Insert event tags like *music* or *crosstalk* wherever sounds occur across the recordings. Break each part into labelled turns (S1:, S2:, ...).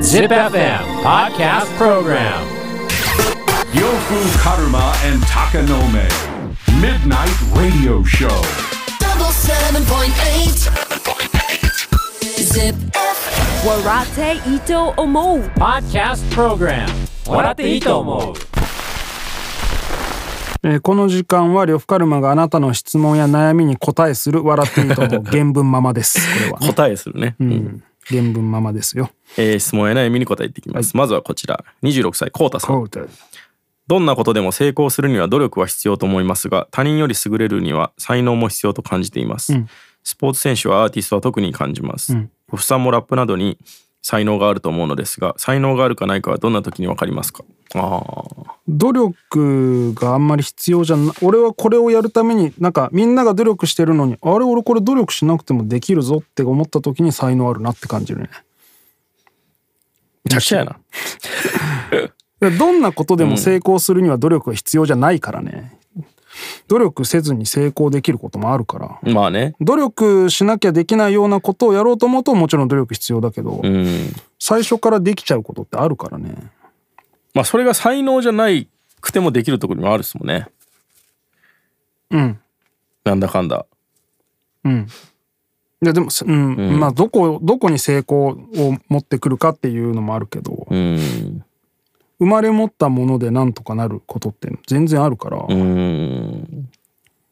S1: Zip FM Podcast Program
S2: Yofu Karuma and Takanome. Midnight Radio Show.
S3: double seven point eight. Zip.
S4: Warate Ito Omo
S1: Podcast Program 笑っていいと思う
S5: えーこの時間は呂布カルマがあなたの質問や悩みに答えする笑っていいと *laughs* 思う原文ままですこれは、ね、
S6: 答えするね、
S5: うん原文ままですよ
S6: えー質問や悩みに答えていきます、まずはこちら26歳コウタさん
S5: こう
S6: どんなことでも成功するには努力は必要と思いますが他人より優れるには才能も必要と感じています、スポーツ選手はアーティストは特に感じますおふさんもラップなどに才能があると思うのですが才能があるかないかはどんな時に分かりますかああ
S5: 努力があんまり必要じゃな俺はこれをやるためになんかみんなが努力してるのにあれ俺これ努力しなくてもできるぞって思った時に才能あるなって感じるね
S6: めちゃくちゃやない
S5: やどんなことでも成功するには努力は必要じゃないからね、努力せずに成功できることもあるから
S6: まあね
S5: 努力しなきゃできないようなことをやろうと思うともちろん努力必要だけど、
S6: うん
S5: 最初からできちゃうことってあるからね
S6: まあそれが才能じゃないくてもできるところにもあるっすもんね
S5: うん
S6: なんだかんだ
S5: うんいやでも、うんまあどこどこに成功を持ってくるかっていうのもあるけど、
S6: うん
S5: 生まれ持ったものでなんとかなることって全然あるから、
S6: うん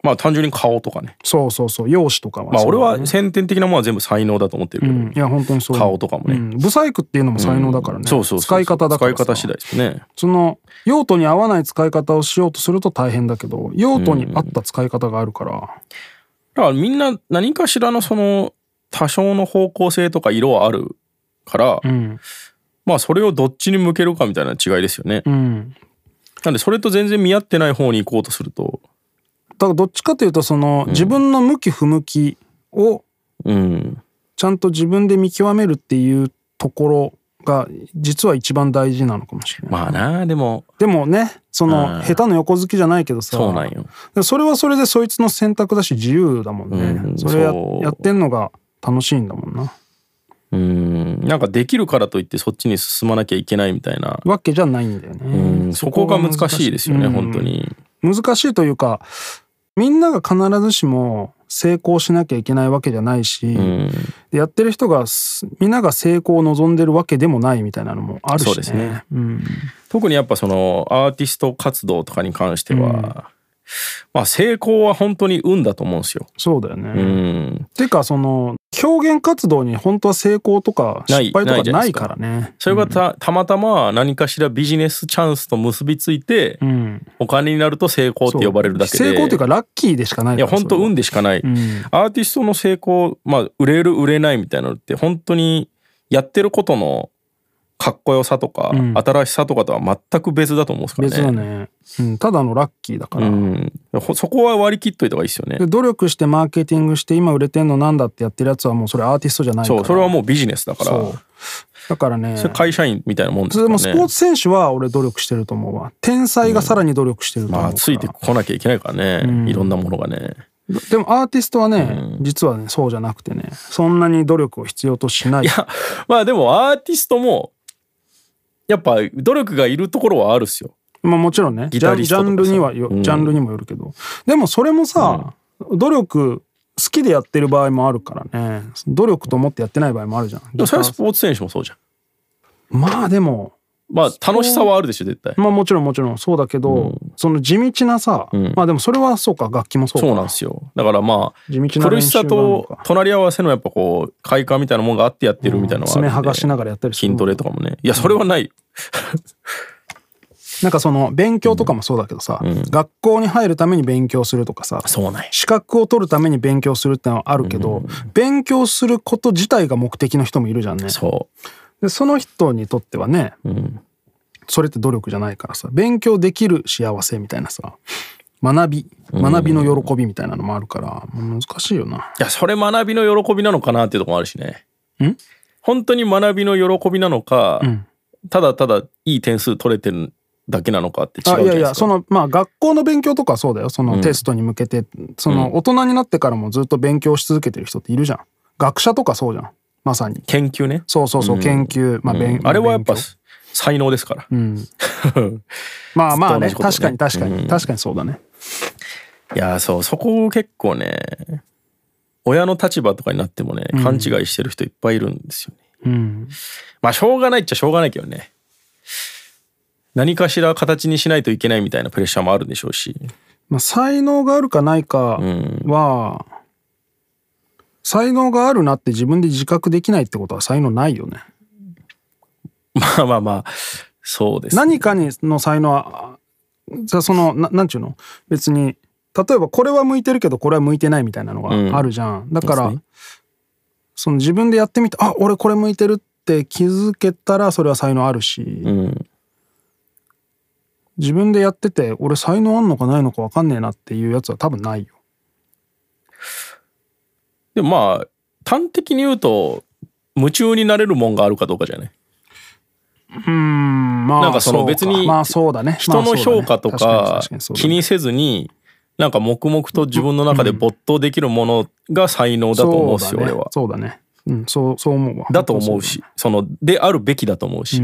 S6: まあ単純に顔とかね
S5: そうそうそう容姿とかは
S6: まあ
S5: そう
S6: 俺
S5: だね
S6: は先天的なものは全部才能だと思ってるけど、
S5: うん、いや本当にそう
S6: 顔とかもね
S5: うん、ブサイクっていうのも才能だからね、
S6: そうそうそう
S5: 使い方だからさ
S6: 使い方次第ですね
S5: その用途に合わない使い方をしようとすると大変だけど用途に合った使い方があるから、
S6: だからみんな何かしらのその多少の方向性とか色はあるから、
S5: ん
S6: まあそれをどっちに向けるかみたいな違いですよね、
S5: うん、
S6: なんでそれと全然見合ってない方に行こうとすると
S5: だからどっちかというとその自分の向き不向きを
S6: うん
S5: ちゃんと自分で見極めるっていうところが実は一番大事なのかもしれない、
S6: まあなでも
S5: でもねそ
S6: うん
S5: の下手の横好きじゃないけどさ
S6: そうなんよ
S5: それはそれでそいつの選択だし自由だもんね、
S6: うん
S5: それや
S6: そう
S5: やってんのが楽しいんだもんな
S6: うんなんかできるからといってそっちに進まなきゃいけないみたいな、
S5: わけじゃないんだよね、
S6: うん、そこが難しいですよね、
S5: うん
S6: 本当に
S5: 難しいというかみんなが必ずしも成功しなきゃいけないわけじゃないし、
S6: うん
S5: やってる人がすみんなが成功を望んでるわけでもないみたいなのもあるし、ね、
S6: そうですね
S5: うん
S6: 特にやっぱそのアーティスト活動とかに関しては、まあ成功は本当に運だと思うんですよ。
S5: そうだよね、
S6: う
S5: っ
S6: ん、
S5: ていうかその表現活動に本当は成功とか
S6: ない
S5: 失敗と
S6: な
S5: か
S6: いじゃな
S5: な
S6: いです
S5: い
S6: か
S5: からね
S6: それがたたまたま何かしらビジネスチャンスと結びついて、
S5: うん
S6: お金になると成功って呼ばれるだけで
S5: 成功というかラッキーでしかない
S6: い
S5: か
S6: や
S5: ら
S6: 本当運でしかない、
S5: ん
S6: アーティストの成功、まあ、売れる売れないみたいなのって本当にやってることのかっこよさとか、
S5: うん
S6: 新しさとかとは全く別だと思うんですからね
S5: 別だね、うん、ただのラッキーだか
S6: う
S5: ら、
S6: ん、ほそこは割り切っといた方がいいですよね
S5: で努力してマーケティングして今売れてんのなんだってやってるやつはもうそれアーティストじゃないか
S6: そ
S5: ら
S6: うそれはもうビジネスだから
S5: そうだからね
S6: それ会社員みたいなもんです
S5: そ
S6: か
S5: れ
S6: ら
S5: もス
S6: ね。
S5: ポーツ選手は俺努力してると思うわ天才がさらに努力してると思うから、
S6: まあついてこなきゃいけないからね、いろんなものがね。
S5: でもアーティストはね、実はねそうじゃなくてねそんなに努力を必要としない
S6: いや *laughs* まあでもアーティストもやっぱ努力がいるところはあるっすよ。
S5: まあもちろんねジ
S6: ギタ
S5: ャン
S6: リス
S5: ジ
S6: トと
S5: ャ
S6: かさ
S5: ンルにはよ
S6: うん
S5: ジャンルにもよるけど、でもそれもさ、努力好きでやってる場合もあるからね努力と思ってやってない場合もあるじゃん
S6: でもそれはスポーツ選手もそうじゃん。
S5: まあでも
S6: まあ楽しさはあるでしょ絶対。
S5: まあもちろんもちろんそうだけど、その地道なさ、まあでもそれはそうか楽器もそうか
S6: そうなんですよ。だからまあ
S5: 地道な練習
S6: 苦しさ
S5: なの
S6: と
S5: か
S6: 隣り合わせのやっぱこう快感みたいなもんがあってやってるみたいなのはあるん
S5: 爪
S6: で
S5: 剥がしながらやったりする
S6: 筋トレとかもね。いやそれはない。
S5: なんかその勉強とかもそうだけどさ、学校に入るために勉強するとかさ
S6: そうない。
S5: 資格を取るために勉強するってのはあるけど、勉強すること自体が目的の人もいるじゃんね
S6: そ
S5: でその人にとってはね、それって努力じゃないからさ勉強できる幸せみたいなさ学び学びの喜びみたいなのもあるから、難しいよな
S6: う。いやそれ学びの喜びなのかなっていうところもあるしね。
S5: ん
S6: 本当に学びの喜びなのか、ただただいい点数取れてるだけなのかって違うじゃ
S5: あ
S6: ない
S5: い
S6: です
S5: や
S6: か。
S5: いやそのまあ学校の勉強とかはそうだよそのテストに向けて、その大人になってからもずっと勉強し続けてる人っているじゃん学者とかそうじゃんまさに
S6: 研究ね
S5: そうそうそう、研究、まあ勉
S6: うんあれはやっぱ
S5: 勉強
S6: 才能ですから、
S5: まあまあね
S6: ずっと同じ
S5: 確
S6: こと
S5: か
S6: ね
S5: に確かに、確かにそうだね
S6: *laughs* いやーそうそこを結構ね親の立場とかになってもね勘違いしてる人いっぱいいるんですよね、まあしょうがないっちゃしょうがないけどね何かしら形にしないといけないみたいなプレッシャーもあるでしょうし
S5: まあ、才能があるかないかは、才能があるなって自分で自覚できないってことは才能ないよね。
S6: *laughs* まあまあまあそうですね
S5: 何かにの才能は、じゃあその、ななんちゅうの別に、例えばこれは向いてるけどこれは向いてないみたいなのがあるじゃん。だから、
S6: そうです
S5: その自分でやってみて、あ、俺これ向いてるって気づけたらそれは才能あるし、
S6: うん
S5: 自分でやってて、俺才能あんのかないのかわかんねえなっていうやつは多分ないよ。
S6: でもまあ端的に言うと夢中になれるもんがあるかどうかじゃない
S5: うん、まあ、
S6: なんかその
S5: う
S6: 別に
S5: まあそうだね。
S6: 人の評価と
S5: まあそうだね
S6: か
S5: 確に確にそうだね
S6: 気にせずになんか黙々と自分の中で没頭できるものが才能だと思うし
S5: そうだね
S6: 俺は。
S5: そうだね。うん、そう、そう思うわ。
S6: だと思うしそのであるべきだと思うし、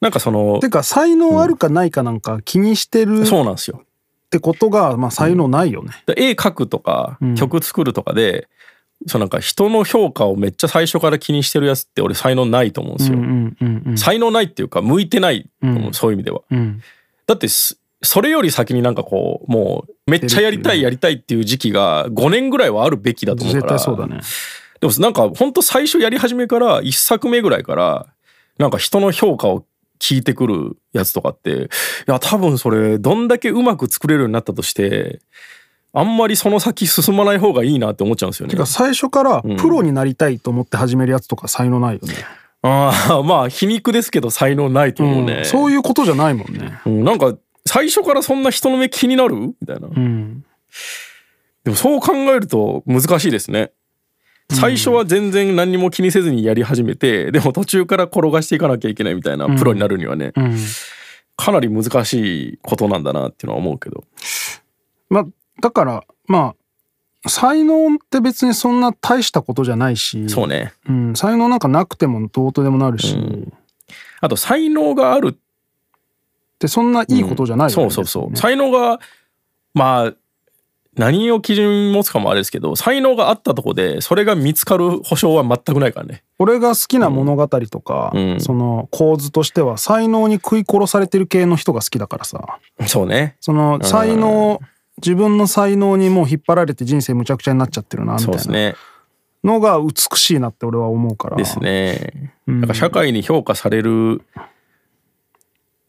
S6: なんかその
S5: てか、才能あるかないかなんか気にしてるっ
S6: そうなんですよ。
S5: てことが、まあ才能ないよね。
S6: で絵描くとか曲作るとかで、そのなんか人の評価をめっちゃ最初から気にしてるやつって俺才能ないと思うんですよ。才能ないっていうか向いてないと思う、そういう意味では。だってすそれより先になんかこうもうめっちゃやりたいやりたいっていう時期が5年ぐらいはあるべきだと思う
S5: 絶
S6: から
S5: 対そうだね。
S6: でもなんか本当最初やり始めから1作目ぐらいからなんか人の評価を聞いてくるやつとかっていや多分それどんだけうまく作れるようになったとしてあんまりその先進まない方がいいなって思っちゃうんですよね
S5: て。か、最初からプロになりたいと思って始めるやつとか才能ないよね。
S6: ああまあ皮肉ですけど才能ないと思うね。
S5: うんそういうことじゃないもんね。
S6: うんなんか最初からそんな人の目気になるみたいな、でもそう考えると難しいですね最初は全然何にも気にせずにやり始めてでも途中から転がしていかなきゃいけないみたいなプロになるにはね、かなり難しいことなんだなっていうのは思うけど
S5: まあ、だから、まあ、才能って別にそんな大したことじゃないし、
S6: そうね
S5: うん、才能なんかなくてもどうとでもなるし、
S6: あと才能がある
S5: で、そんないいことじゃないよね、
S6: そうそうそう、
S5: 別にね
S6: 才能がまあ何を基準持つかもあれですけど才能があったとこでそれが見つかる保証は全くないからね
S5: 俺が好きな物語とか、
S6: うん
S5: その構図としては才能に食い殺されてる系の人が好きだからさ
S6: そうね
S5: その才能自分の才能にもう引っ張られて人生むちゃくちゃになっちゃってるなみ
S6: そうで
S5: たい
S6: す
S5: な
S6: ね
S5: のが美しいなって俺は思うから
S6: ですね。だから社会に評価される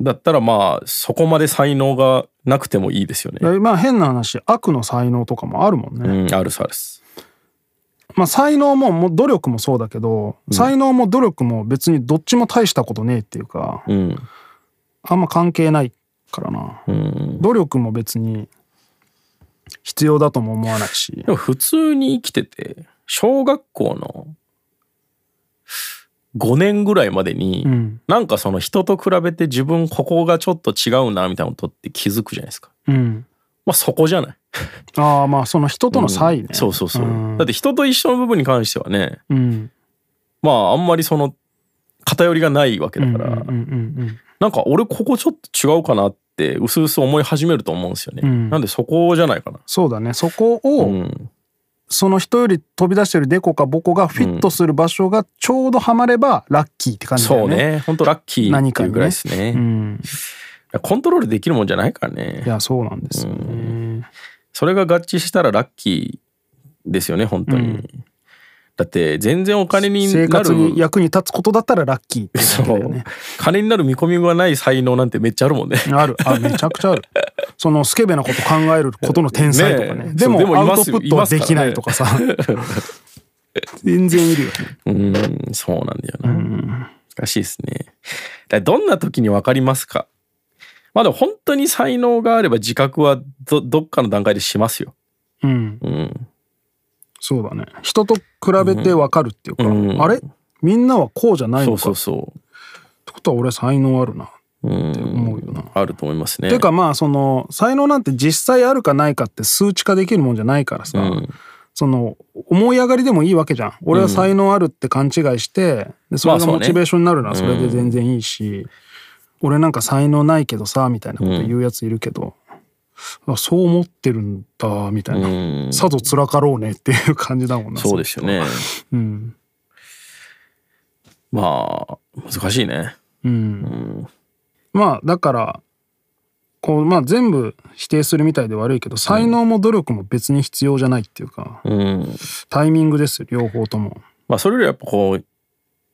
S6: だったらまあそこまで才能がなくてもいいですよね。
S5: だからまあ変な話悪の才能とかもあるもんね、
S6: うん、あるさです。
S5: まあ才能ももう努力もそうだけど、才能も努力も別にどっちも大したことねえっていうか
S6: うん。
S5: あんま関係ないからな、努力も別に必要だとも思わないし
S6: でも普通に生きてて小学校の5年ぐらいまでに、なんかその人と比べて自分ここがちょっと違うなみたいなことって気づくじゃないですか。まあそこじゃない。
S5: ああまあその人との差異ね、
S6: そうそうそう。だって人と一緒の部分に関してはね、
S5: うん
S6: まああんまりその偏りがないわけだから、なんか俺ここちょっと違うかなって薄々思い始めると思うんですよね、なんでそこじゃないかな
S5: そうだねそこを、
S6: ん
S5: その人より飛び出してるデコかボコがフィットする場所がちょうどはまればラッキーって感じだ
S6: そ
S5: よ
S6: う
S5: ね。
S6: ね本当ラッキーっていうぐらいですね
S5: うん、
S6: コントロールできるもんじゃないからね
S5: いやそうなんですよね。
S6: それが合致したらラッキーですよね本当に、だって全然お金にな
S5: 生
S6: る
S5: 活に役に立つことだったらラッキーっていうことだよね。
S6: そう金になる見込みがない才能なんてめっちゃあるもんね
S5: あるあめちゃくちゃある。そのスケベなこと考えることの天才とかね。
S6: ねえ
S5: でも
S6: そうでも
S5: ア
S6: い
S5: ウ
S6: ま
S5: ト
S6: す
S5: プ
S6: よ
S5: ットはできないとかさ。全然いるよね。
S6: うん、そうなんだよな。難しいですね。だからどんな時に分かりますかまあでも本当に才能があれば自覚はどどっかの段階でしますよ。
S5: そうだね。人と比べてわかるっていうか、あれみんなはこうじゃない
S6: そ
S5: の
S6: う
S5: か
S6: そ
S5: っ
S6: うそ
S5: てことは俺才能あるな。
S6: う。うん、
S5: 思うよな。
S6: あると思いますね。
S5: ていうかまあその才能なんて実際あるかないかって数値化できるもんじゃないからさ、その思い上がりでもいいわけじゃん俺は才能あるって勘違いして、でそれ
S6: まあ
S5: が
S6: そうね
S5: モチベーションになるならそれで全然いいし、俺なんか才能ないけどさみたいなこと言うやついるけど、あそう思ってるんだみたいな、
S6: うん
S5: さぞ辛かろうねっていう感じだもんな
S6: そうですよね。
S5: うん
S6: まあ難しいね。
S5: まあだからこう、まあ、全部否定するみたいで悪いけど才能も努力も別に必要じゃないっていうか、
S6: うん。
S5: タイミングですよ両方とも。
S6: まあそれよりやっぱこう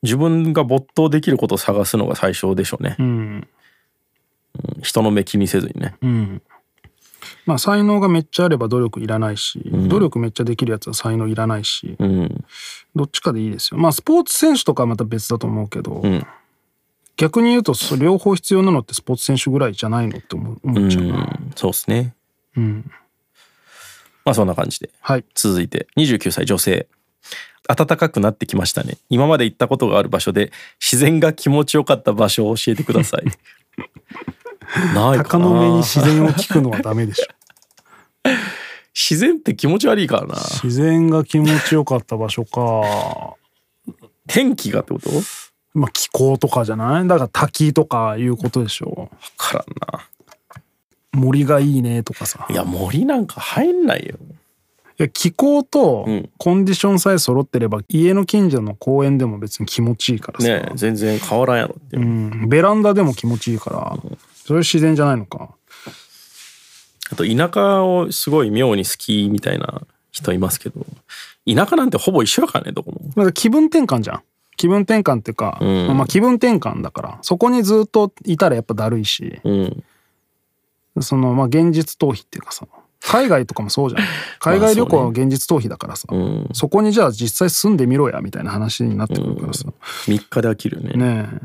S6: 自分が没頭できることを探すのが最初でしょうね。
S5: うん
S6: 人の目気にせずにね。
S5: うんまあ才能がめっちゃあれば努力いらないし、努力めっちゃできるやつは才能いらないし、
S6: うん。
S5: どっちかでいいですよまあスポーツ選手とかはまた別だと思うけど、
S6: ん
S5: 逆に言うとそ両方必要なのってスポーツ選手ぐらいじゃないのって思う思っちゃうな、
S6: そうですね。
S5: ん
S6: まあそんな感じで。
S5: はい
S6: 続いて29歳女性暖かくなってきましたね今まで行ったことがある場所で自然が気持ちよかった場所を教えてくだ
S5: *laughs*
S6: さいないか
S5: 鷹
S6: な
S5: の目に自然を聞くのはダメでしょ
S6: 自然って気持ち悪いからな
S5: *laughs* 自然が気持ちよかった場所か
S6: 天気がってことわ
S5: まあ気候とかじゃないだから滝とかいうことでしょ
S6: からんな
S5: 森がいいねとかさ
S6: いや森なんか入んないよ
S5: いや気候と
S6: ん
S5: コンディションさえ揃ってれば家の近所の公園でも別に気持ちいいからさ、
S6: ねえ全然変わらんやろっていう、
S5: うん、ベランダでも気持ちいいからそれ自然じゃないのか
S6: あと田舎をすごい妙に好きみたいな人いますけど田舎なんてほぼ一緒やからねどこも
S5: だから気分転換じゃん気分転換っていうか、
S6: ん
S5: まあ気分転換だからそこにずっといたらやっぱだるいし
S6: うん
S5: そのまあ現実逃避っていうかさ海外とかもそう
S6: *laughs*
S5: じゃん海外旅行は現実逃避だからさ、
S6: うん
S5: そこにじゃあ実際住んでみろやみたいな話になってくるからさ、
S6: 3日で飽きるよね
S5: ねえ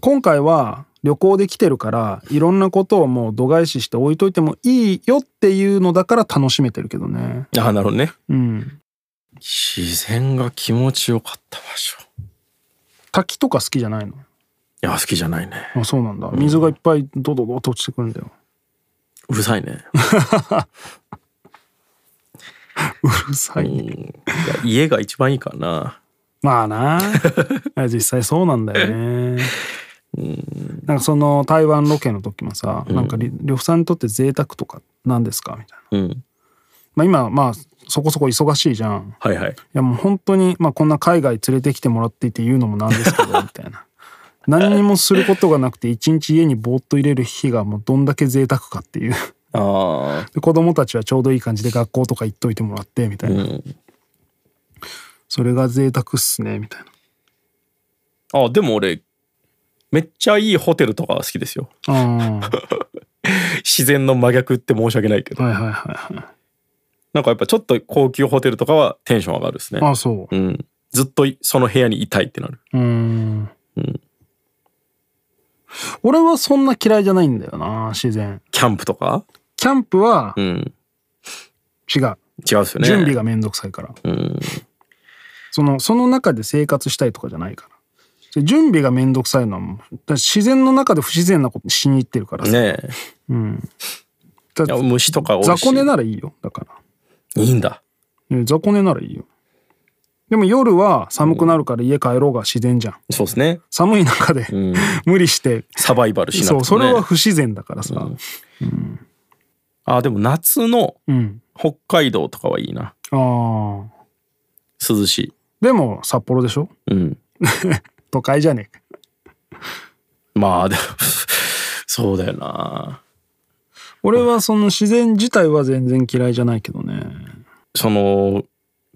S5: 今回は旅行で来てるからいろんなことをもう度外視して置いといてもいいよっていうのだから楽しめてるけどね
S6: ああなるほどね
S5: うん
S6: 自然が気持ちよかった場所
S5: 滝とか好きじゃないの
S6: いや好きじゃないね
S5: あそうなんだ水がいっぱいドドドと落ちてくるんだよ
S6: うるさいね、
S5: うるさ
S6: う
S5: い、
S6: ん、いや家が一番いいかな
S5: *laughs* まあ *laughs* なあ実際そうなんだよねなんかその台湾ロケの時もさ、なんかり呂布さんにとって贅沢とか何ですかみたいな、
S6: うん
S5: まあ、今まあそこそこ忙しいじゃん
S6: はいはい
S5: いやもう本当に、まあ、こんな海外連れてきてもらっていて言うのもなんですけ *laughs* どみたいな何にもすることがなくて一日家にぼーっと入れる日がもうどんだけ贅沢かっていう *laughs*
S6: ああ
S5: で子供たちはちょうどいい感じで学校とか行っといてもらってみたいな、それが贅沢っすねみたい
S6: あでも俺めっちゃいいホテルとか好きですよ
S5: なあー
S6: 自然の真逆って申し訳ないけど
S5: はいはいはいはい
S6: なんかやっぱちょっと高級ホテルとかはテンション上がる
S5: *laughs*
S6: ですね
S5: ああそう
S6: うんずっとその部屋にいたいってなる
S5: うーん俺はそんな嫌いじゃないんだよな自然
S6: キャンプとか
S5: キャンプは
S6: うん
S5: 違う、
S6: 違うっすよね
S5: 準備がめんどくさいから
S6: うん
S5: そのその中で生活したいとかじゃないからそれ準備がめんどくさいのはもうだから自然の中で不自然なことしに行ってるからさ、
S6: ねえ
S5: だ
S6: いや虫とか多いし
S5: 雑魚寝ならいいよだか
S6: いいんだ
S5: らうん雑魚寝ならいいよでも夜は寒くなるから家帰ろうが自然じゃん
S6: そうですね
S5: 寒い中で、
S6: ん
S5: *laughs* 無理して
S6: サバイバルしなくて、
S5: そ
S6: ね、
S5: うそれは不自然だからさ、
S6: あでも夏の
S5: うん
S6: 北海道とかはいいな
S5: ああ
S6: 涼し
S5: でも札幌でしょ
S6: いうん
S5: 都会じゃねえか
S6: まあでも *laughs* そうだよな
S5: 俺はその自然自体は全然嫌いじゃないけどね
S6: その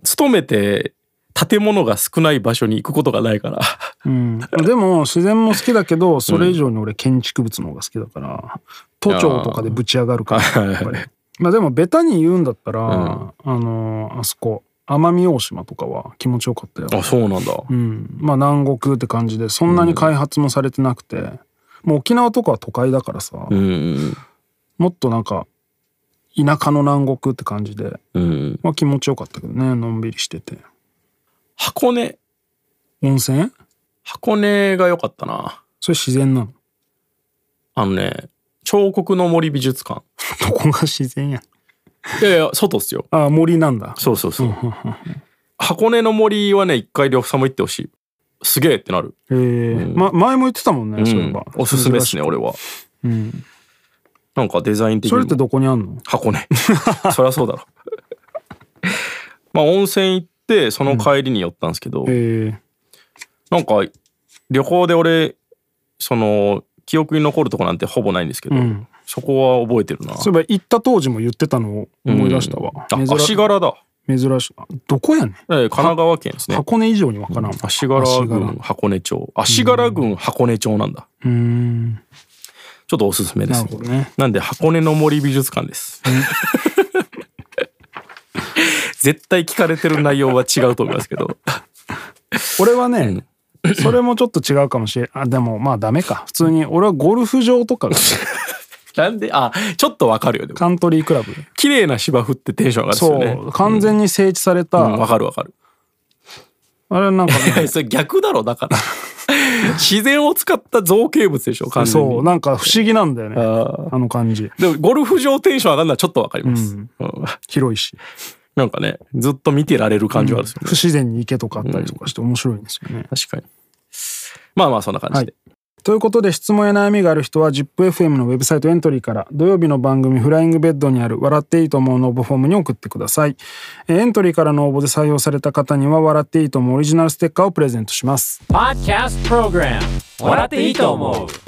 S6: 勤めて建物が少ない場所に行くことがな
S5: *laughs*
S6: いから
S5: うん、でも自然も好きだけどそれ以上に俺建築物の方が好きだから都庁とかでぶち上がるからやっぱりまあでもベタに言うんだったら、あのーあそこ奄美大島とかは気持ちよかったよ、
S6: あそうなんだ、
S5: うん、まあ南国って感じでそんなに開発もされてなくて、もう沖縄とかは都会だからさ、
S6: うん
S5: もっとなんか田舎の南国って感じで、
S6: うん
S5: まあ、気持ちよかったけどねのんびりしてて
S6: 箱根
S5: 温泉
S6: 箱根が良かったな
S5: それ自然なの *laughs*
S6: あのね彫刻の森美術館
S5: どこが自然やん
S6: いやいや外っすよ
S5: ああ森なんだ
S6: そうそうそう箱根の森はね一回呂布さんも行ってほしいすげえってなる、
S5: へえま前も言ってたもんね、
S6: う
S5: そういえ
S6: ん
S5: ば、
S6: おすすめですね俺は
S5: うん
S6: なんかデザイン的
S5: そ
S6: に
S5: れっ
S6: も
S5: てどこにあんの
S6: 箱根 *laughs* そりゃそうだろ *laughs* まあ温泉行ってその帰りに寄ったんですけど、
S5: ええ
S6: なんか旅行で俺その記憶に残るとこなんてほぼないんですけど、
S5: うん
S6: そこは覚えてるな
S5: そういえば行った当時も言ってたのを思い出したわ、
S6: あ
S5: 珍
S6: 足柄だ、
S5: 珍しいどこやねん
S6: ええ神奈川県ですね
S5: 箱根以上にわからんわ、
S6: 足柄郡箱根町足柄郡箱根町なんだ
S5: うーんな
S6: ちょっとおすすめです
S5: るほどね
S6: なんで箱根の森美術館です。絶対聞かれてる内容は違うと思いますけど。
S5: 俺はね、それもちょっと違うかもしれんあでもまあダメか普通に俺はゴルフ場とかが
S6: *laughs* なんで、あ、ちょっとわかるよ。でも
S5: カントリークラブ
S6: 綺麗な芝生ってテンション上がる
S5: そ
S6: んですよね。
S5: う完全に整地された、
S6: うんわかるわかる。
S5: あれなんかね
S6: いやそれ逆だろ、だから。自然を使った造形物でしょ、完全に。
S5: そうなんか不思議なんだよねあの感じ
S6: でもゴルフ場テンション上がるのはちょっとわかります、うん
S5: 広いし
S6: なんかね、ずっと見てられる感じはあるんですよね
S5: 不自然に池とかあったりとかして面白いんですよね、
S6: 確かに。まあまあ、そんな感じで。
S5: ということで質問や悩みがある人は ZIPFM のウェブサイトエントリーから土曜日の番組「フライングベッド」にある「笑っていいと思う」の応募フォームに送ってくださいえーエントリーからの応募で採用された方には「笑っていいと思う」オリジナルステッカーをプレゼントします
S1: Podcast Program 笑っていいと思う